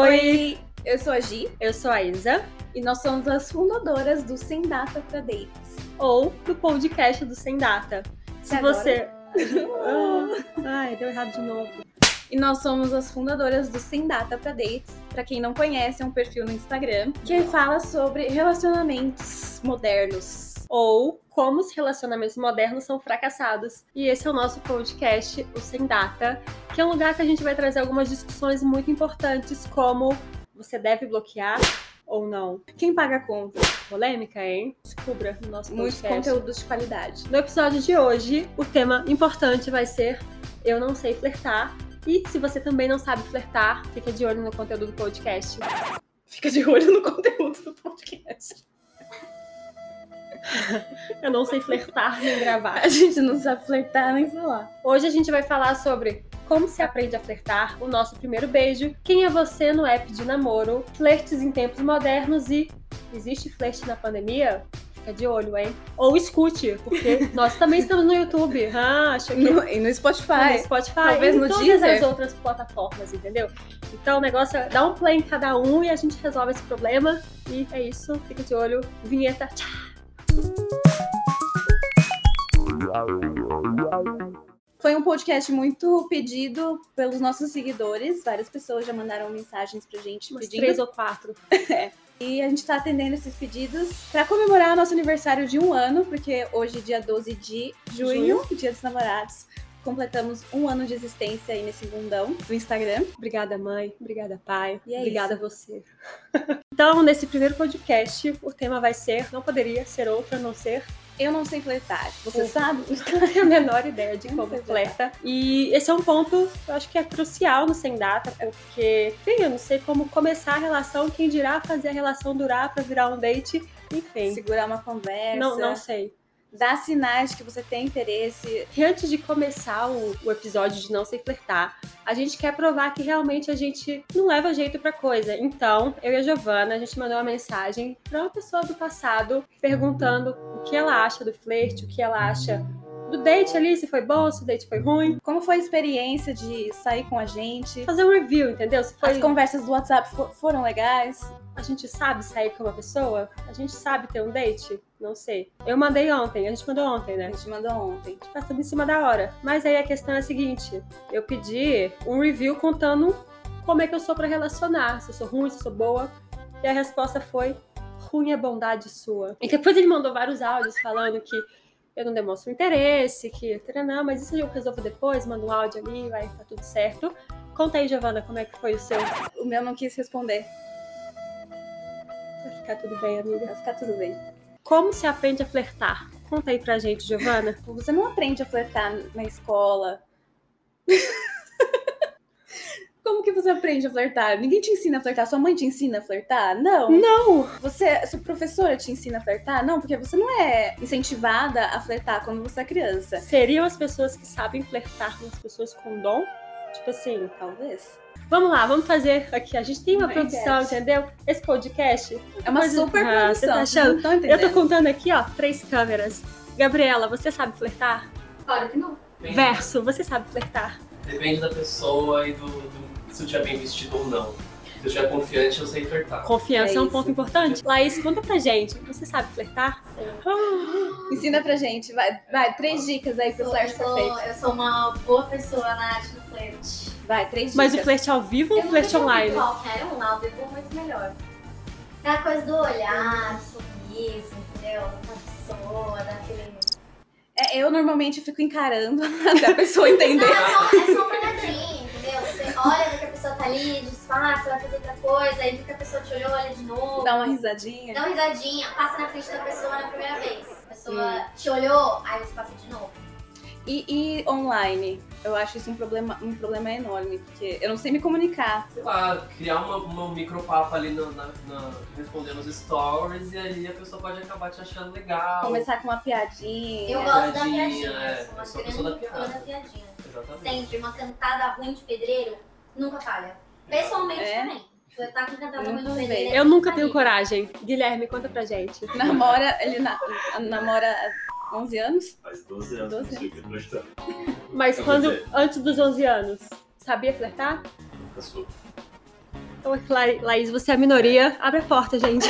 Oi, eu sou a Gi eu sou a Isa, e nós somos as fundadoras do Sem Data pra Dates. ou do podcast do Sem Data. Se Agora- você. Ai, deu errado de novo. E nós somos as fundadoras do Sem Data pra Dates. Pra quem não conhece, é um perfil no Instagram que fala sobre relacionamentos modernos. Ou como os relacionamentos modernos são fracassados. E esse é o nosso podcast, o Sem Data, que é um lugar que a gente vai trazer algumas discussões muito importantes, como você deve bloquear ou não. Quem paga a conta? Polêmica, hein? Descubra no nosso Muitos podcast. conteúdos de qualidade. No episódio de hoje, o tema importante vai ser Eu Não Sei Flertar. E se você também não sabe flertar, fica de olho no conteúdo do podcast. Fica de olho no conteúdo do podcast. Eu não sei flertar nem gravar. A gente não sabe flertar nem falar. Hoje a gente vai falar sobre como se aprende a flertar, o nosso primeiro beijo, quem é você no app de namoro, flertes em tempos modernos e existe flerte na pandemia? Fica de olho, hein? Ou escute, porque nós também estamos no YouTube. Ah, achou que No- e no no Spotify. Spotify, Talvez e no em todas Deezer. as outras plataformas, entendeu? Então o negócio é dar um play em cada um e a gente resolve esse problema. E é isso, fica de olho. Vinheta. Tchau. Foi um podcast muito pedido pelos nossos seguidores. Várias pessoas já mandaram mensagens pra gente Umas pedindo três ou quatro. E a gente tá atendendo esses pedidos pra comemorar o nosso aniversário de um ano, porque hoje, dia 12 de junho, dia dos namorados, completamos um ano de existência aí nesse mundão do Instagram. Obrigada, mãe. Obrigada, pai. E é Obrigada a você. então, nesse primeiro podcast, o tema vai ser, não poderia ser outro a não ser, Eu não sei flertar, você Uhum. sabe? não tenho a menor ideia de Não como sei flerta. E esse é um ponto, eu acho que é crucial no Sem Data, porque, enfim, eu não sei como começar a relação, quem dirá fazer a relação durar pra virar um date, enfim. Segurar uma conversa, Não, não sei. dar sinais de que você tem interesse. E antes de começar o, o episódio de Não Sei Flertar, a gente quer provar que realmente a gente não leva jeito pra coisa. Então, eu e a Giovana, a gente mandou uma mensagem pra uma pessoa do passado perguntando o que ela acha do flerte, o que ela acha do date ali, se foi bom, se o date foi ruim. Como foi a experiência de sair com a gente? Fazer um review, entendeu? Se foi As conversas do WhatsApp fo- foram legais? A gente sabe sair com uma pessoa? A gente sabe ter um date? Não sei. Eu mandei ontem, a gente mandou ontem, né? A gente mandou ontem. Tá tudo em cima da hora. Mas aí a questão é a seguinte: eu pedi um review contando como é que eu sou pra relacionar, se eu sou ruim, se eu sou boa. E a resposta foi: ruim é bondade sua. E depois ele mandou vários áudios falando que eu não demonstro interesse, que não, mas isso eu resolvo depois, mando um áudio ali, vai, tá tudo certo. Conta aí, Giovana, como é que foi o seu. Vai O meu não quis responder, ficar tudo bem, amiga. vai ficar tudo bem. Como se aprende a flertar? Conta aí pra gente, Giovana. Tipo, Você não aprende a flertar na escola. Como que você aprende a flertar? Ninguém te ensina a flertar. Sua mãe te ensina a flertar? Não. Não! Você, sua professora te ensina a flertar? Não, porque você não é incentivada a flertar quando você é criança. Seriam as pessoas que sabem flertar com as pessoas com dom? Tipo assim, Talvez. vamos lá, vamos fazer aqui. A gente tem uma Uma produção, enquete. entendeu? Esse podcast, É uma Mas- super Ah, produção. você tá vocês não tão eu tô entendendo. contando aqui, ó, três câmeras. Gabriela, você sabe flertar? Claro que não. Bem, Verso, você sabe flertar? Depende da pessoa e do, do- se eu tiver bem vestido ou não. Se eu estiver confiante, eu sei flertar. Confiança é, É um isso. ponto importante. Laís, conta pra gente, você sabe flertar? Ah, Ensina pra gente. Vai, vai três dicas aí pro Eu flerte sou- perfeito. Eu sou uma boa pessoa na arte do flerte. Vai, três Mas o dicas. flerte ao vivo ou o flerte online? É um ao vivo muito melhor. É a coisa do olhar, do sorriso, entendeu? Da pessoa, daquele... É, eu normalmente fico encarando até a pessoa entender. Não, é só, é só uma olhadinha, entendeu? Você olha que a pessoa tá ali, disfarça, vai fazer outra coisa, aí fica a pessoa te olhou, olha de novo. Dá um uma risadinha. Dá uma risadinha, passa na frente da pessoa na primeira vez. A pessoa te olhou, aí você passa de novo. E, e online? Eu acho isso um problema, um problema enorme, porque eu não sei me comunicar. Sei lá, criar uma, uma micropapa ali na, na, na, respondendo os stories e aí a pessoa pode acabar te achando legal. Começar com uma piadinha. Eu gosto da Piadinha, piadinha, é. eu sou Eu sou uma a pessoa da grande fã da piada. piadinha. Exatamente. sempre uma cantada ruim de pedreiro nunca falha. Pessoalmente É? também. Eu tá com cantada ruim Nunca de vi. pedreiro. Eu nunca tenho falei. coragem. Guilherme, conta pra gente. Namora, ele na- namora há 11 anos? Faz 12 anos 12 que eu sei que não está. Mas Eu quando, vou dizer. antes dos 11 anos, sabia flertar? Nunca soube. Ô, La- Laís, você é a minoria. Abre a porta, gente.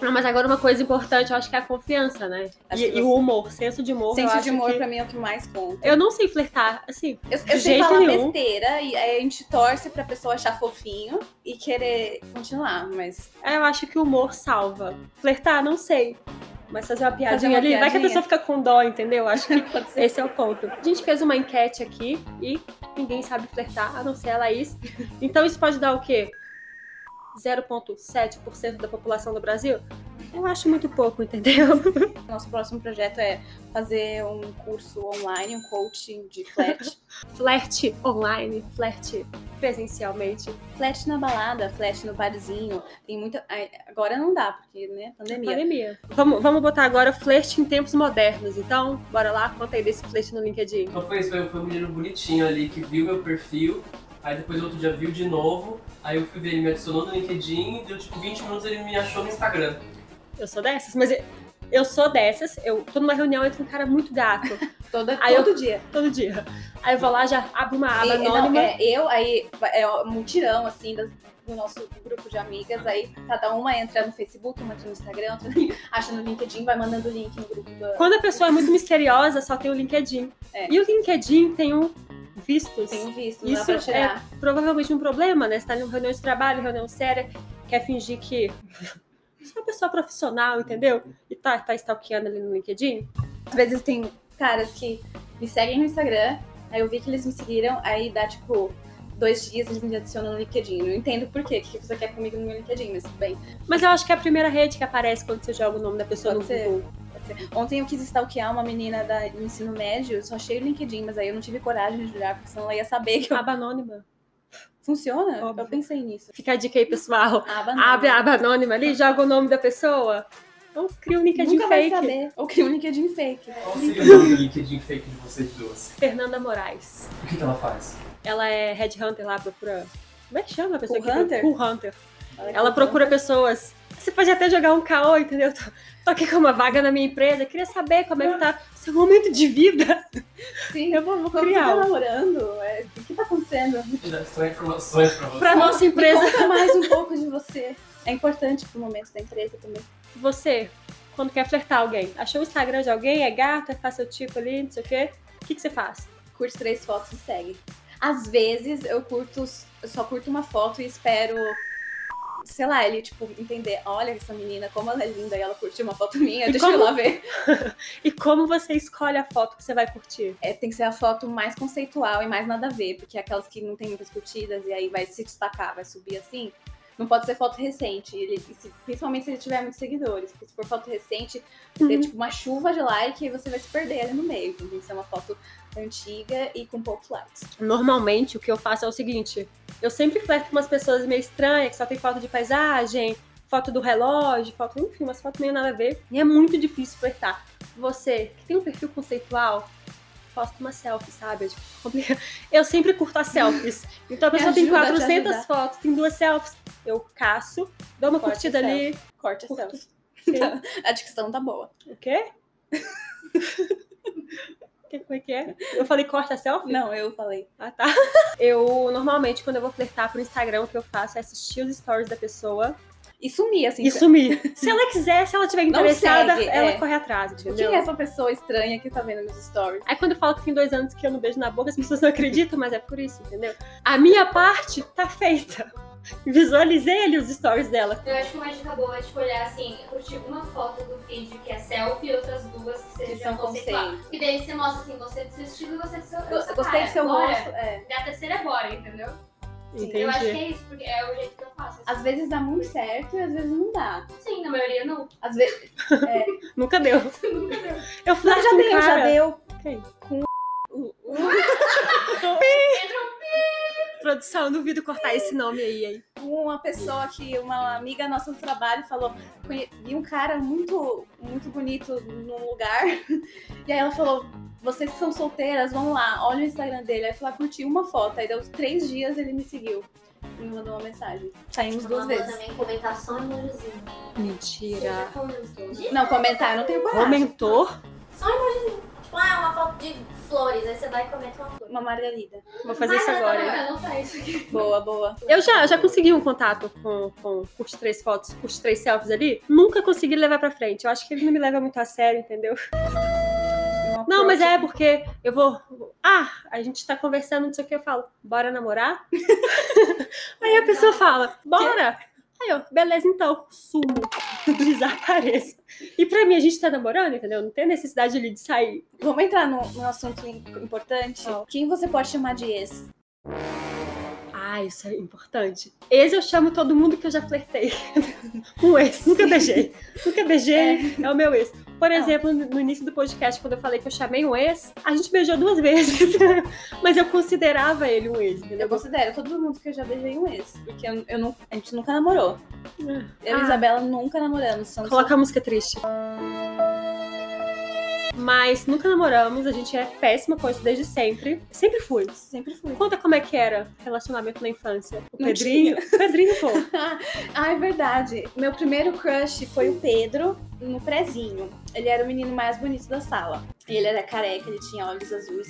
Não, mas agora uma coisa importante, eu acho que é a confiança, né? Acho E, que e você- o humor, senso de humor. eu Senso de acho humor que- pra mim é o que mais conta. Eu não sei flertar, assim, Eu, de eu sei jeito falar nenhum. besteira e aí a gente torce pra pessoa achar fofinho e querer continuar, mas É, eu acho que o humor salva. Flertar, não sei. Mas fazer uma piadinha uma ali, vai que a piadinha. pessoa fica com dó, entendeu? Acho que pode ser. esse é o ponto. A gente fez uma enquete aqui e ninguém sabe flertar, a não ser a Laís. Então isso pode dar o quê? 0,7% da população do Brasil? Eu acho muito pouco, entendeu? Nosso próximo projeto é fazer um curso online, um coaching de flat. Flerte online, flerte presencialmente. flat na balada, flat no barzinho. Tem muita. ai, Agora não dá, porque, né? Pandemia. Pandemia. Vamos, vamos botar agora flerte em tempos modernos. Então, bora lá, conta aí desse flerte no LinkedIn. Então foi isso, foi, foi um menino bonitinho ali que viu meu perfil, aí depois outro dia viu de novo, aí eu fui ver, ele me adicionou no LinkedIn, deu tipo 20 minutos ele me achou no Instagram. Eu sou dessas, mas eu, eu sou dessas. Eu tô numa reunião entre um cara muito gato, Toda, Aí eu- todo dia. todo dia. Aí eu vou lá, já abro uma aba E- não, anônima. é, eu, aí é um mutirão, assim, das- do nosso grupo de amigas. Aí cada uma entra no Facebook, uma entra no Instagram, outra acha no LinkedIn, vai mandando o link no grupo da. Quando a pessoa é muito misteriosa, só tem o LinkedIn. É. E o LinkedIn tem um vistos. Tem Isso visto, não dá pra tirar. Provavelmente um problema, né? Você tá em uma reunião de trabalho, reunião séria, quer fingir que você é uma pessoa profissional, entendeu? E tá, tá stalkeando ali no LinkedIn. Às vezes tem caras que me seguem no Instagram, aí eu vi que eles me seguiram, aí dá tipo dois dias eles me adicionam no LinkedIn. Não entendo por quê, o que que você quer comigo no meu LinkedIn, mas tudo bem. Mas eu acho que é a primeira rede que aparece quando você joga o nome da pessoa Pode no ser. Google. Ontem eu quis stalkear uma menina da- do ensino médio, eu só achei o LinkedIn, mas aí eu não tive coragem de olhar, porque senão ela ia saber que eu... Aba anônima. funciona. Óbvio. Eu pensei nisso. Fica a dica aí, pessoal. Aba não. Abre a aba anônima ali, joga o nome da pessoa. Ou cria um LinkedIn Nunca vai fake. saber. Ou cria um LinkedIn fake. Qual seria o nome do LinkedIn fake de vocês duas? Fernanda Moraes. O que, que ela faz? Ela é headhunter lá, procura. Como é que chama a pessoa Cool que procura- hunter? É Cool hunter. Ela procura pessoas. Você pode até jogar um caô, entendeu? Tô, tô aqui com uma vaga na minha empresa, queria saber como é que tá seu momento de vida. Sim, Eu vou, vou Como você tá criar. um. namorando? É, O que tá acontecendo? Já são informações pra vocês. Pra nossa empresa, Me conta mais um pouco de você. É importante pro momento da empresa também. você, quando quer flertar alguém, achou o Instagram de alguém, é gato, é fácil tipo ali, não sei o quê. O que, que você faz? curte três fotos e segue. Às vezes eu curto, eu só curto uma foto e espero, sei lá, ele tipo entender, olha essa menina como ela é linda e ela curtiu uma foto minha, E deixa como- eu lá ver. E como você escolhe a foto que você vai curtir? É, tem que ser a foto mais conceitual e mais nada a ver, porque aquelas que não tem muitas curtidas e aí vai se destacar, vai subir assim. Não pode ser foto recente, ele, e se- principalmente se ele tiver muitos seguidores. Porque se for foto recente, Uhum. tem tipo uma chuva de like e você vai se perder ali no meio. Então tem que ser uma foto antiga e com poucos likes. Normalmente, o que eu faço é o seguinte: eu sempre flerto com umas pessoas meio estranhas, que só tem foto de paisagem, foto do relógio, foto, enfim, umas fotos meio nada a ver. E é muito difícil flertar. Você, que tem um perfil conceitual, posta uma selfie, sabe? É, tipo, complica- Eu sempre curto as selfies. Então a Me pessoa tem ajuda a te 400 ajudar. fotos, tem duas selfies. Eu caço, dou uma Corta a curtida ali. Corte a Curto. selfie. A dicção tá boa. O quê? Que- Como é que é? Eu falei corta a selfie? Não, eu falei. Ah, tá. Eu, normalmente, quando eu vou flertar pro Instagram, o que eu faço é assistir os stories da pessoa E sumir, assim. e sumir. se ela quiser, se ela estiver Não interessada, segue, ela é. corre atrás, entendeu? Quem é essa pessoa estranha que tá vendo meus stories? Aí quando eu falo que tem dois anos que eu não beijo na boca, as pessoas não acreditam, mas é por isso, entendeu? A minha parte tá feita. Visualizei ali os stories dela. Eu acho que uma dica boa é escolher assim, curtir uma foto do feed que é selfie e outras duas que Que sejam são é conceitual. conceito. Que daí você mostra assim, você do seu estilo e você do seu do Eu seu gostei do cara. seu Bora. rosto. É. Da terceira agora, entendeu? Sim, Entendi. Eu acho que é isso, porque é o jeito que eu faço. Às vezes dá muito certo e às vezes não dá. Sim, na maioria não. Às vezes. Nunca deu. Nunca deu. Eu Não, flerto já com deu, já cara. Uh, deu. Quem? Com o- o- Produção, duvido cortar esse nome aí, hein? uma pessoa que, uma amiga nossa do trabalho falou, "Conhe- vi um cara muito, muito bonito num lugar. E aí ela falou, vocês que são solteiras, vão lá, olha o Instagram dele. Aí eu falei, "Ah, curti uma foto. Aí deu três dias ele me seguiu. E me mandou uma mensagem. Saímos duas Mandou vezes. também comentar só emojizinho. Mentira. Você já comentou. Não, comentar, eu não tenho coragem. Comentou? Só emojizinho. Tipo tipo, ah, uma foto de flores. Aí você vai e comenta uma flor. Uma margarida. Vou fazer isso Mas, agora. Não, não faz isso aqui. Boa, boa. Eu já, eu já consegui um contato com, com os três fotos, os três selfies ali. Nunca consegui levar pra frente. Eu acho que ele não me leva muito a sério, entendeu? Uma Não, mas é próxima. porque eu vou. Ah, a gente tá conversando, não sei o que. Eu falo, bora namorar? Aí a pessoa fala, bora! Aí eu, beleza, então, sumo, desapareço. E pra mim, a gente tá namorando, entendeu? Não tem necessidade ali de sair. Vamos entrar num, num assunto im- importante. Qual? Quem você pode chamar de ex? Ah, isso é importante. Ex eu chamo todo mundo que eu já flertei. Um ex, nunca beijei. Nunca beijei, é, o meu ex. Por Não. exemplo, no início do podcast, quando eu falei que eu chamei um ex, a gente beijou duas vezes. Mas eu considerava ele um ex, entendeu? Eu considero todo mundo que eu já beijei um ex. Porque eu, eu não, a gente nunca namorou. Eu e Ah. Isabela nunca namoramos. Somos Coloca a música triste. Mas nunca namoramos, a gente é péssima coisa desde sempre. Sempre fui. Sempre fui. Conta como é que era o relacionamento na infância. O Não Pedrinho. O Pedrinho, pô. Ah, é verdade. Meu primeiro crush foi o Pedro no prezinho. Ele era o menino mais bonito da sala. Ele era careca, ele tinha olhos azuis.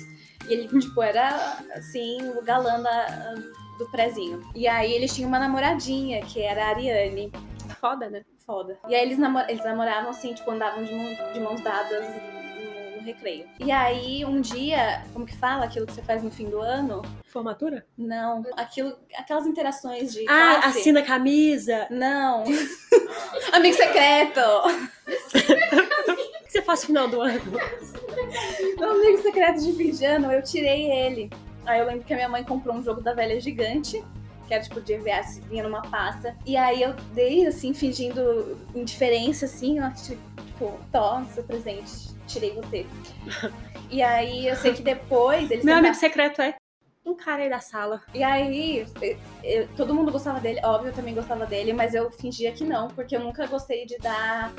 E ele, tipo, era assim, o galã da- do prezinho. E aí eles tinham uma namoradinha, que era a Ariane. Foda, né? Foda. E aí eles, namo- eles namoravam assim, tipo, andavam de, mão- de mãos dadas no, no recreio. E aí um dia, como que fala? Aquilo que você faz no fim do ano? Formatura? Não. Aquilo, aquelas interações de. Ah, classe. assina a camisa. Não. Amigo secreto. O que você faz no final do ano? No amigo secreto de fim de ano, eu tirei ele. Aí eu lembro que a minha mãe comprou um jogo da velha gigante, que era tipo de EVS, vinha numa pasta. E aí eu dei, assim, fingindo indiferença, assim, ó, ti- tipo, tó, seu presente, tirei você. E aí eu sei que depois eles Meu tentaram- amigo secreto é um cara aí da sala. E aí, eu- eu- todo mundo gostava dele, óbvio, eu também gostava dele, mas eu fingia que não, porque eu nunca gostei de dar,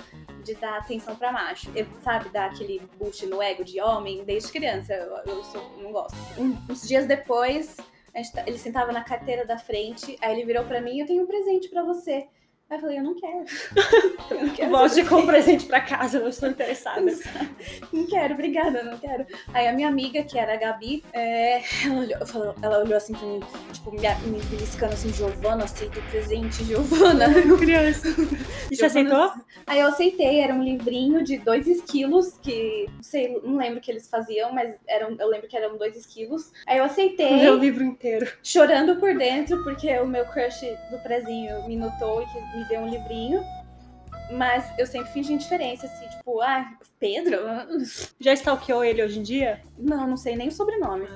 de dar atenção pra macho. Eu, sabe, dar aquele boost no ego de homem desde criança, eu, eu sou- não gosto. Um- uns dias depois, a gente tá- ele sentava na carteira da frente, aí ele virou pra mim, eu tenho um presente pra você. Aí eu falei, eu não quero. eu não quero. Gosto seu de com um presente pra casa, não estou interessada. não quero, obrigada, não quero. Aí a minha amiga, que era a Gabi, é, ela, olhou, falou- ela olhou assim pra mim, tipo, me, me beliscando assim, Giovana, aceita o presente, Giovana. Criança. E você Eu aceitou? Aí eu aceitei, era um livrinho de dois esquilos, que não sei, não lembro o que eles faziam, mas eram, eu lembro que eram dois esquilos. Aí eu aceitei, Leu o livro inteiro. chorando por dentro, porque o meu crush do prezinho me notou e que me deu um livrinho. Mas eu sempre fingi indiferença, assim, tipo, ah, Pedro? Já stalkeou ele hoje em dia? Não, não sei nem o sobrenome.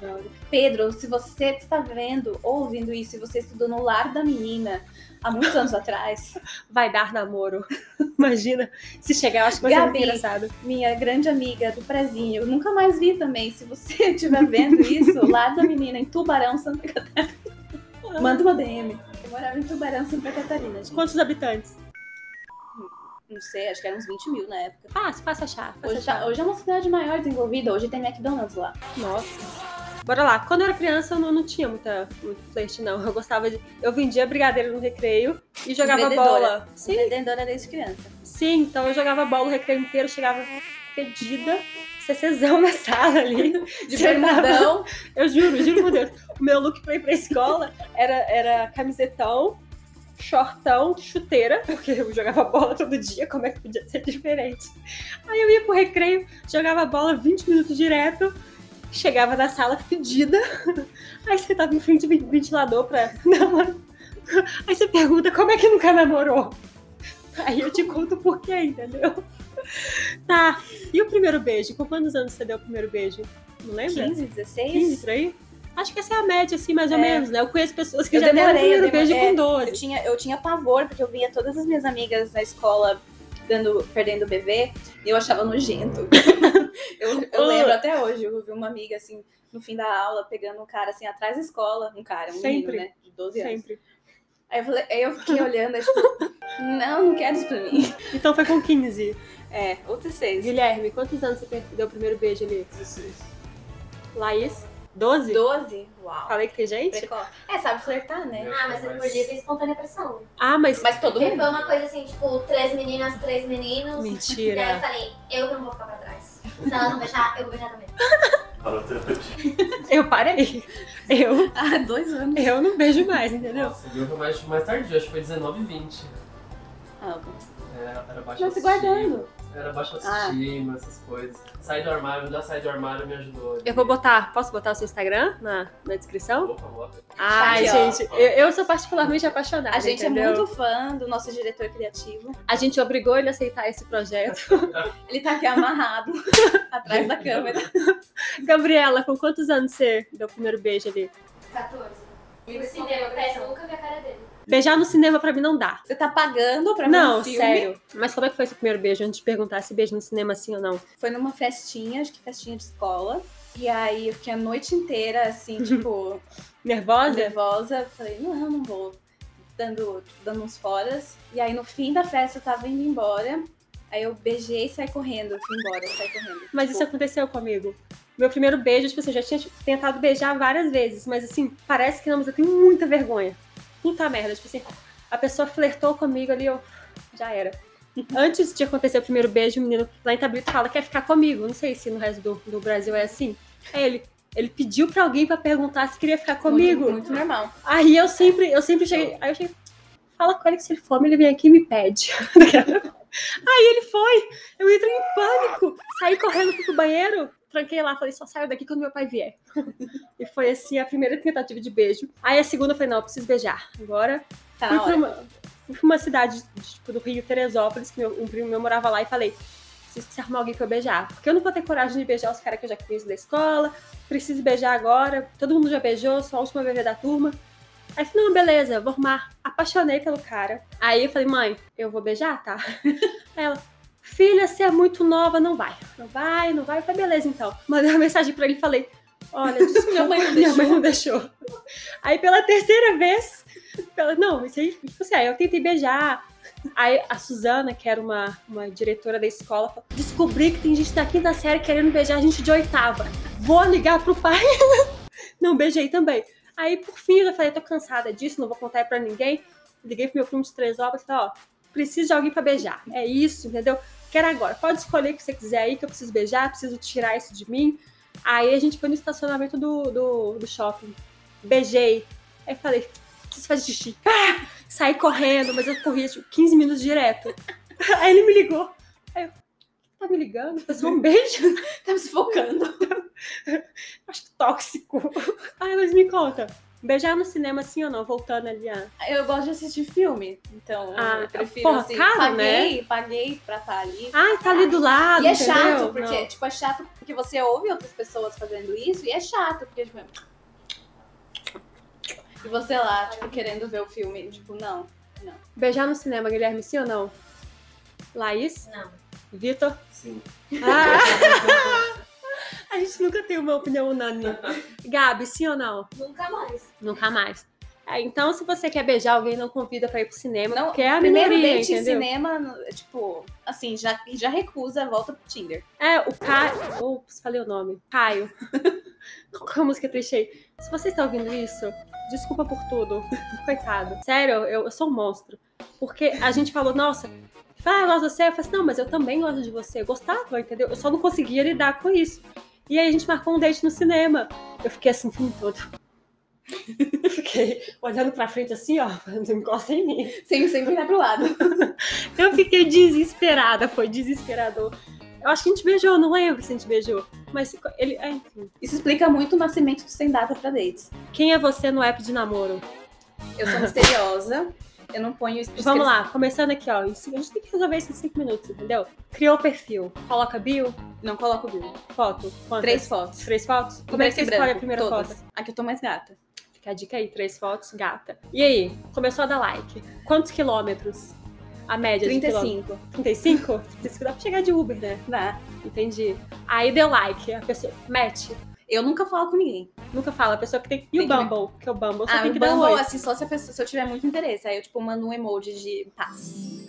Não. Pedro, se você está vendo ou ouvindo isso e você estudou no lar da menina há muitos anos atrás, vai dar namoro. Imagina se chegar, eu acho que vai Gabi. ser muito engraçado. minha grande amiga do prezinho, eu nunca mais vi também. Se você estiver vendo isso, lar da menina em Tubarão, Santa Catarina, manda uma DM. Eu morava em Tubarão, Santa Catarina, gente. Quantos habitantes? Não sei, acho que eram uns 20 mil na época. Fácil, fácil achar. Fácil Hoje, achar. tá- hoje é uma cidade maior desenvolvida, hoje tem McDonald's lá. Nossa. Bora lá. Quando eu era criança, eu não, não tinha muita, muito flerte, não. Eu gostava de. Eu vendia brigadeiro no recreio e jogava Vendedora. bola. Sim. Vendedora desde criança. Sim, então eu jogava bola o recreio inteiro, chegava fedida, CCzão na sala ali. De Sentava- Fernandão. Eu juro, juro por Deus. O meu look pra ir pra escola era, era camisetão, shortão, chuteira, porque eu jogava bola todo dia, como é que podia ser diferente? Aí eu ia pro recreio, jogava bola 20 minutos direto, chegava na sala fedida, aí você tava em frente do ventilador pra namorar. Aí você pergunta como é que nunca namorou? Aí eu te conto por quê, entendeu? Tá, e o primeiro beijo? Com quantos anos você deu o primeiro beijo? Não lembra? 15, 16? 15 por aí? Acho que essa é a média, assim, mais ou É. menos, né? Eu conheço pessoas que Eu já deram demorei, o primeiro eu beijo demorei. com Eu 12. tinha, eu tinha pavor, porque eu via todas as minhas amigas na escola dando, perdendo o bebê, e eu achava nojento. eu, eu lembro até hoje, eu vi uma amiga, assim, no fim da aula, pegando um cara, assim, atrás da escola. Um cara, um Sempre. menino, né? De 12 anos. Sempre. Aí eu, falei, aí eu fiquei olhando, aí, tipo, não, não quero isso pra mim. Então foi com 15. É, outros seis. Guilherme, quantos anos você per- deu o primeiro beijo ali? 16. Laís? 12? 12? Uau. Falei que tem gente? Precoce. É, sabe flertar, né? Ah, mas você por livre e espontânea pressão. Ah, mas. Mas todo Porque mundo. foi uma coisa assim, tipo, três meninas, três meninos. E aí eu Mentira. falei, eu que não vou ficar pra trás. Se ela não beijar, eu vou beijar também. Parou até hoje. Eu parei. Eu, Há Ah, dois anos. eu não beijo mais, entendeu? Nossa, o meu foi mais, mais tardio, acho que foi 19 20. Era, É, era baixo Mas se autoestima, guardando. Era baixo Ah. autoestima, essas coisas. Sair do armário, mudar sair do armário me ajudou. Eu vou botar, posso botar o seu Instagram na, na descrição? Opa, bota. Ai, Tá aqui, ó. gente, eu, eu sou particularmente apaixonada. A gente entendeu? é muito fã do nosso diretor criativo. A gente obrigou ele a aceitar esse projeto. Ele tá aqui amarrado atrás da câmera. Gabriela, com quantos anos você deu o primeiro beijo ali? 14. E o cinema, parece que eu nunca vi a cara dele. Beijar no cinema pra mim não dá. um- Você tá pagando pra ver Não, um filme? sério. Mas como é que foi seu primeiro beijo? Antes de perguntar se beijo no cinema sim ou não. Foi numa festinha, acho que festinha de escola. E aí eu fiquei a noite inteira, assim, tipo, Nervosa? nervosa. Falei, não, não vou. Dando, dando uns foras. E aí no fim da festa eu tava indo embora. Aí eu beijei e saí correndo. Eu fui embora, eu saí correndo. Mas isso é Tipo, aconteceu comigo. Meu primeiro beijo, tipo assim, eu já tinha tipo, tentado beijar várias vezes, mas assim, parece que não, mas eu tenho muita vergonha. Puta merda, tipo assim, a pessoa flertou comigo ali, eu já era. Uhum. Antes de acontecer o primeiro beijo, o menino lá em Tabrito fala, quer ficar comigo? Não sei se no resto do, do Brasil é assim. Aí ele, ele pediu pra alguém pra perguntar se queria ficar comigo. Muito, muito normal. Aí eu sempre, eu sempre cheguei. Aí eu cheguei, fala com ele que se ele for, ele vem aqui e me pede. aí ele foi, eu entrei em pânico, saí correndo fui pro banheiro, tranquei lá, falei, só saio daqui quando meu pai vier. e foi assim a primeira tentativa de beijo. Aí a segunda foi, não, eu preciso beijar. Agora Tá, fui na pra hora. uma, fui pra uma cidade de, tipo, do Rio Teresópolis, que meu- um primo meu morava lá, e falei: preciso que se arrumar alguém pra eu beijar. Porque eu não vou ter coragem de beijar os caras que eu já conheço da escola, preciso beijar agora, todo mundo já beijou, sou a última bebê da turma. Aí eu falei, não, beleza, vou arrumar. Apaixonei pelo cara. Aí eu falei, mãe, eu vou beijar, tá? Aí ela, filha, você é muito nova, não vai. Não vai, não vai. Eu falei, beleza, então. Mandei uma mensagem pra ele e falei, olha, desculpa, Minha mãe não minha mãe não deixou. Aí pela terceira vez, pela- não, isso aí, tipo assim, aí eu tentei beijar. Aí a Suzana, que era uma, uma diretora da escola, falou, descobri que tem gente da quinta série querendo beijar a gente de oitava. Vou ligar pro pai. Não, beijei também. Aí, por fim, eu já falei, tô cansada disso, não vou contar pra ninguém. Liguei pro meu primo de três horas e falei, ó, preciso de alguém pra beijar. É isso, entendeu? Quero agora. Pode escolher o que você quiser aí, que eu preciso beijar, preciso tirar isso de mim. Aí a gente foi no estacionamento do, do, do shopping. Beijei. Aí falei, preciso fazer xixi. Ah! Saí correndo, mas eu corria tipo 15 minutos direto. Aí ele me ligou. Aí eu, tá me ligando? Fazer um beijo? Tá me sufocando. Acho que tóxico. Aí eles me conta. Beijar no cinema, sim ou não? Voltando ali a. Eu gosto de assistir filme. Então Ah, eu prefiro, porra, assim, caro, né? paguei, paguei pra estar ali. Ah, tá ali do lado. E é entendeu? chato, porque, Não. tipo, é chato porque você ouve outras pessoas fazendo isso e é chato, porque, tipo. E você lá, tipo, querendo ver o filme, tipo, não. Beijar no cinema, Guilherme, sim ou não? Laís? Não. Vitor? Ah. Sim. a gente nunca tem uma opinião unânime. Gabi, sim ou não? Nunca mais. Nunca mais. É, então, se você quer beijar alguém, não convida pra ir pro cinema, Não, porque é a Primeiro minoria, date em entendeu? cinema, no- tipo, assim, já, já recusa, volta pro Tinder. É, o Caio. Ops, falei o nome. Caio. Qual a música triste aí? Se você está ouvindo isso, desculpa por tudo. Coitado. Sério, eu, eu sou um monstro. Porque a gente falou, nossa, fala, ah, eu gosto de você. Eu falei assim, não, mas eu também gosto de você. Eu gostava, entendeu? Eu só não conseguia lidar com isso. E aí a gente marcou um date no cinema. Eu fiquei assim o filme todo. Fiquei olhando pra frente assim, ó, não encosta em mim. Sem, sem virar pro lado. Eu fiquei desesperada, foi desesperador. Eu acho que a gente beijou, não lembro se a gente beijou. Mas ele. é, enfim. Isso explica muito o nascimento do sem data pra dates. Quem é você no app de namoro? Eu sou misteriosa, eu não ponho isso Vamos lá, começando aqui, ó. em cinco- A gente tem que resolver isso em 5 minutos, entendeu? Criou o perfil, coloca bio, Não coloco o Bill. foto. Quantas? Três fotos. Três fotos? Como é que você Preto e escolhe a branco, primeira todas. foto? A que eu tô mais gata. Fica a dica aí, três fotos, gata. E aí, começou a dar like. Quantos quilômetros? A média de 35. quilômetros? 35? 35 dá pra chegar de Uber, né? Dá. Entendi. Aí deu like, a pessoa, match. Eu nunca falo com ninguém. Nunca fala, a pessoa que tem. E Tem o que- Bumble? Porque o Bumble só Ah, tem o que dar um Bumble, oi. assim, só se, a pessoa, se eu tiver muito interesse. Aí eu, tipo, mando um emoji de paz.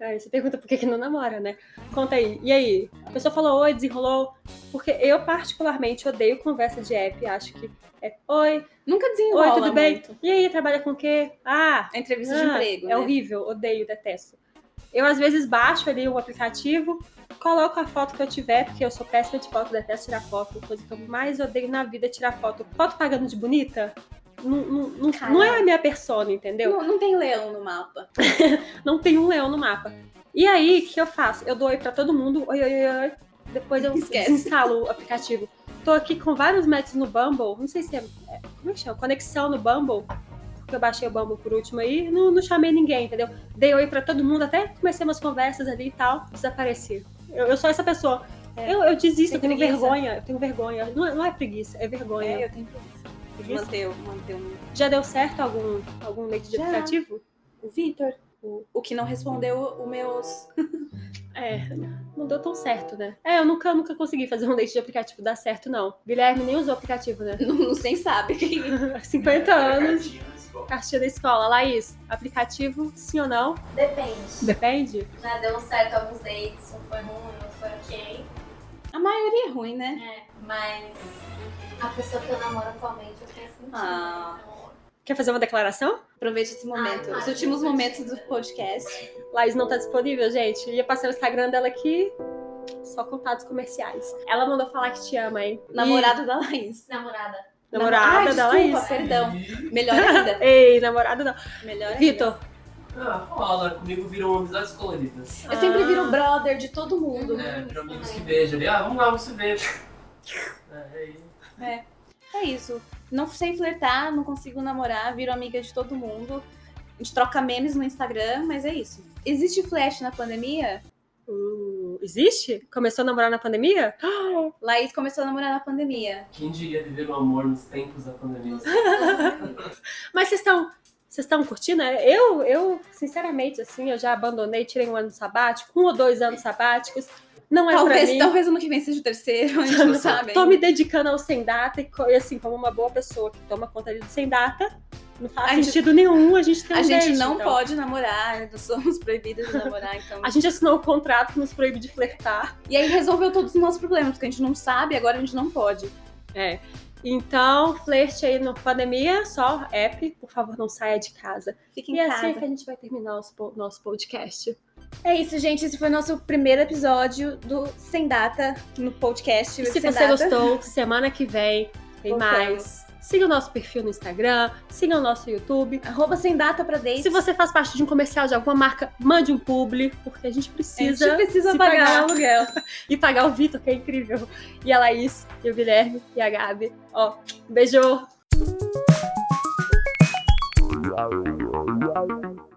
Aí você pergunta por que, que não namora, né? Conta aí. E aí? A pessoa falou oi, desenrolou. Porque eu, particularmente, odeio conversa de app. Acho que é oi, Nunca desenrola oi, tudo bem? muito. E aí, trabalha com o quê? Ah, É entrevista de ah, emprego, é né? horrível, odeio, detesto. Eu, às vezes, baixo ali o aplicativo, coloco a foto que eu tiver, porque eu sou péssima de foto, detesto tirar foto. A coisa que eu mais odeio na vida é tirar foto. Foto pagando de bonita? Não, não, não, Cara. não é a minha persona, entendeu? Não, não tem leão no mapa. Não tem um leão no mapa. E aí, o que eu faço? Eu dou oi pra todo mundo, oi, oi, oi, oi. Depois eu Esquece. instalo o aplicativo. Tô aqui com vários matches no Bumble. Não sei se é. é- Como é que chama? Conexão no Bumble. Porque eu baixei o Bumble por último aí. Não, não chamei ninguém, entendeu? Dei oi pra todo mundo, até comecei umas conversas ali e tal. Desapareci. Eu, eu sou essa pessoa. É. Eu, eu desisto, Tem eu tenho preguiça. vergonha. Eu tenho vergonha. Não é, não é preguiça, é vergonha. eu tenho preguiça. De Preguiça? manter, o- manter um... Já deu certo algum, algum leite de Já. aplicativo? o Vitor, o, o que não respondeu o meus. É, não deu tão certo, né? É, eu nunca, nunca consegui fazer um date de aplicativo dar certo, não. Guilherme nem usou aplicativo, né? Não, não nem sabe. 50 anos, Cartinhas, cartinha da escola. Laís, aplicativo, sim ou não? Depende. Depende. Já deu certo alguns dates, um foi ruim, um foi ok. A maioria é ruim, né? É. Mas a pessoa que eu namoro atualmente eu tenho sentido. Ah. Então, Quer fazer uma declaração? Aproveite esse momento. Ai, Os ai, últimos que momentos do divertido. podcast. Laís não tá disponível, gente. Ia passar o Instagram dela aqui, só contatos comerciais. Ela mandou falar que te ama, hein? E- Namorado da Laís. Namorada. Namorada Ai, da desculpa, Laís? perdão. Melhor ainda. Ei, namorado não. Melhor ainda. Vitor, Ah, rola. Comigo viram amizades coloridas. Eu sempre Ah. viro brother de todo mundo. Uhum. É, viram amigos que beijam ali. Ah, vamos lá, vamos se ver. É, é isso. É isso. Não sei flertar, não consigo namorar, viro amiga de todo mundo. A gente troca memes no Instagram, mas é isso. Existe flash na pandemia? uh, existe? Começou a namorar na pandemia? Laís começou a namorar na pandemia. Quem diria viver o amor nos tempos da pandemia? Mas vocês estão. Vocês estão curtindo? É, Eu, eu, sinceramente, assim, eu já abandonei, tirei um ano sabático, um ou dois anos sabáticos. Não é pra talvez, mim. talvez ano que vem seja o terceiro, a gente não sabe. Tô ainda. me dedicando ao sem data e, co- e, assim, como uma boa pessoa que toma conta ali do sem data, não faz A gente- sentido nenhum a gente ter um A gente date, não então. pode namorar, nós somos proibidos de namorar, então. A gente assinou um contrato que nos proíbe de flertar. E aí resolveu todos os nossos problemas, porque a gente não sabe, agora a gente não pode. É. Então, flerte aí na pandemia, só app, por favor, não saia de casa. Fica em e é casa. assim que a gente vai terminar o nosso po- nosso podcast. É isso, gente. Esse foi o nosso primeiro episódio do Sem Data no podcast. E se Sem você Data. gostou, semana que vem tem Voltamos. mais. Siga o nosso perfil no Instagram, siga o nosso YouTube. Arroba sem data pra date. Se você faz parte de um comercial de alguma marca, mande um publi, porque a gente precisa, a gente precisa se pagar o aluguel. e pagar o Vitor, que é incrível. E a Laís, e o Guilherme, e a Gabi. Ó, beijo! igual.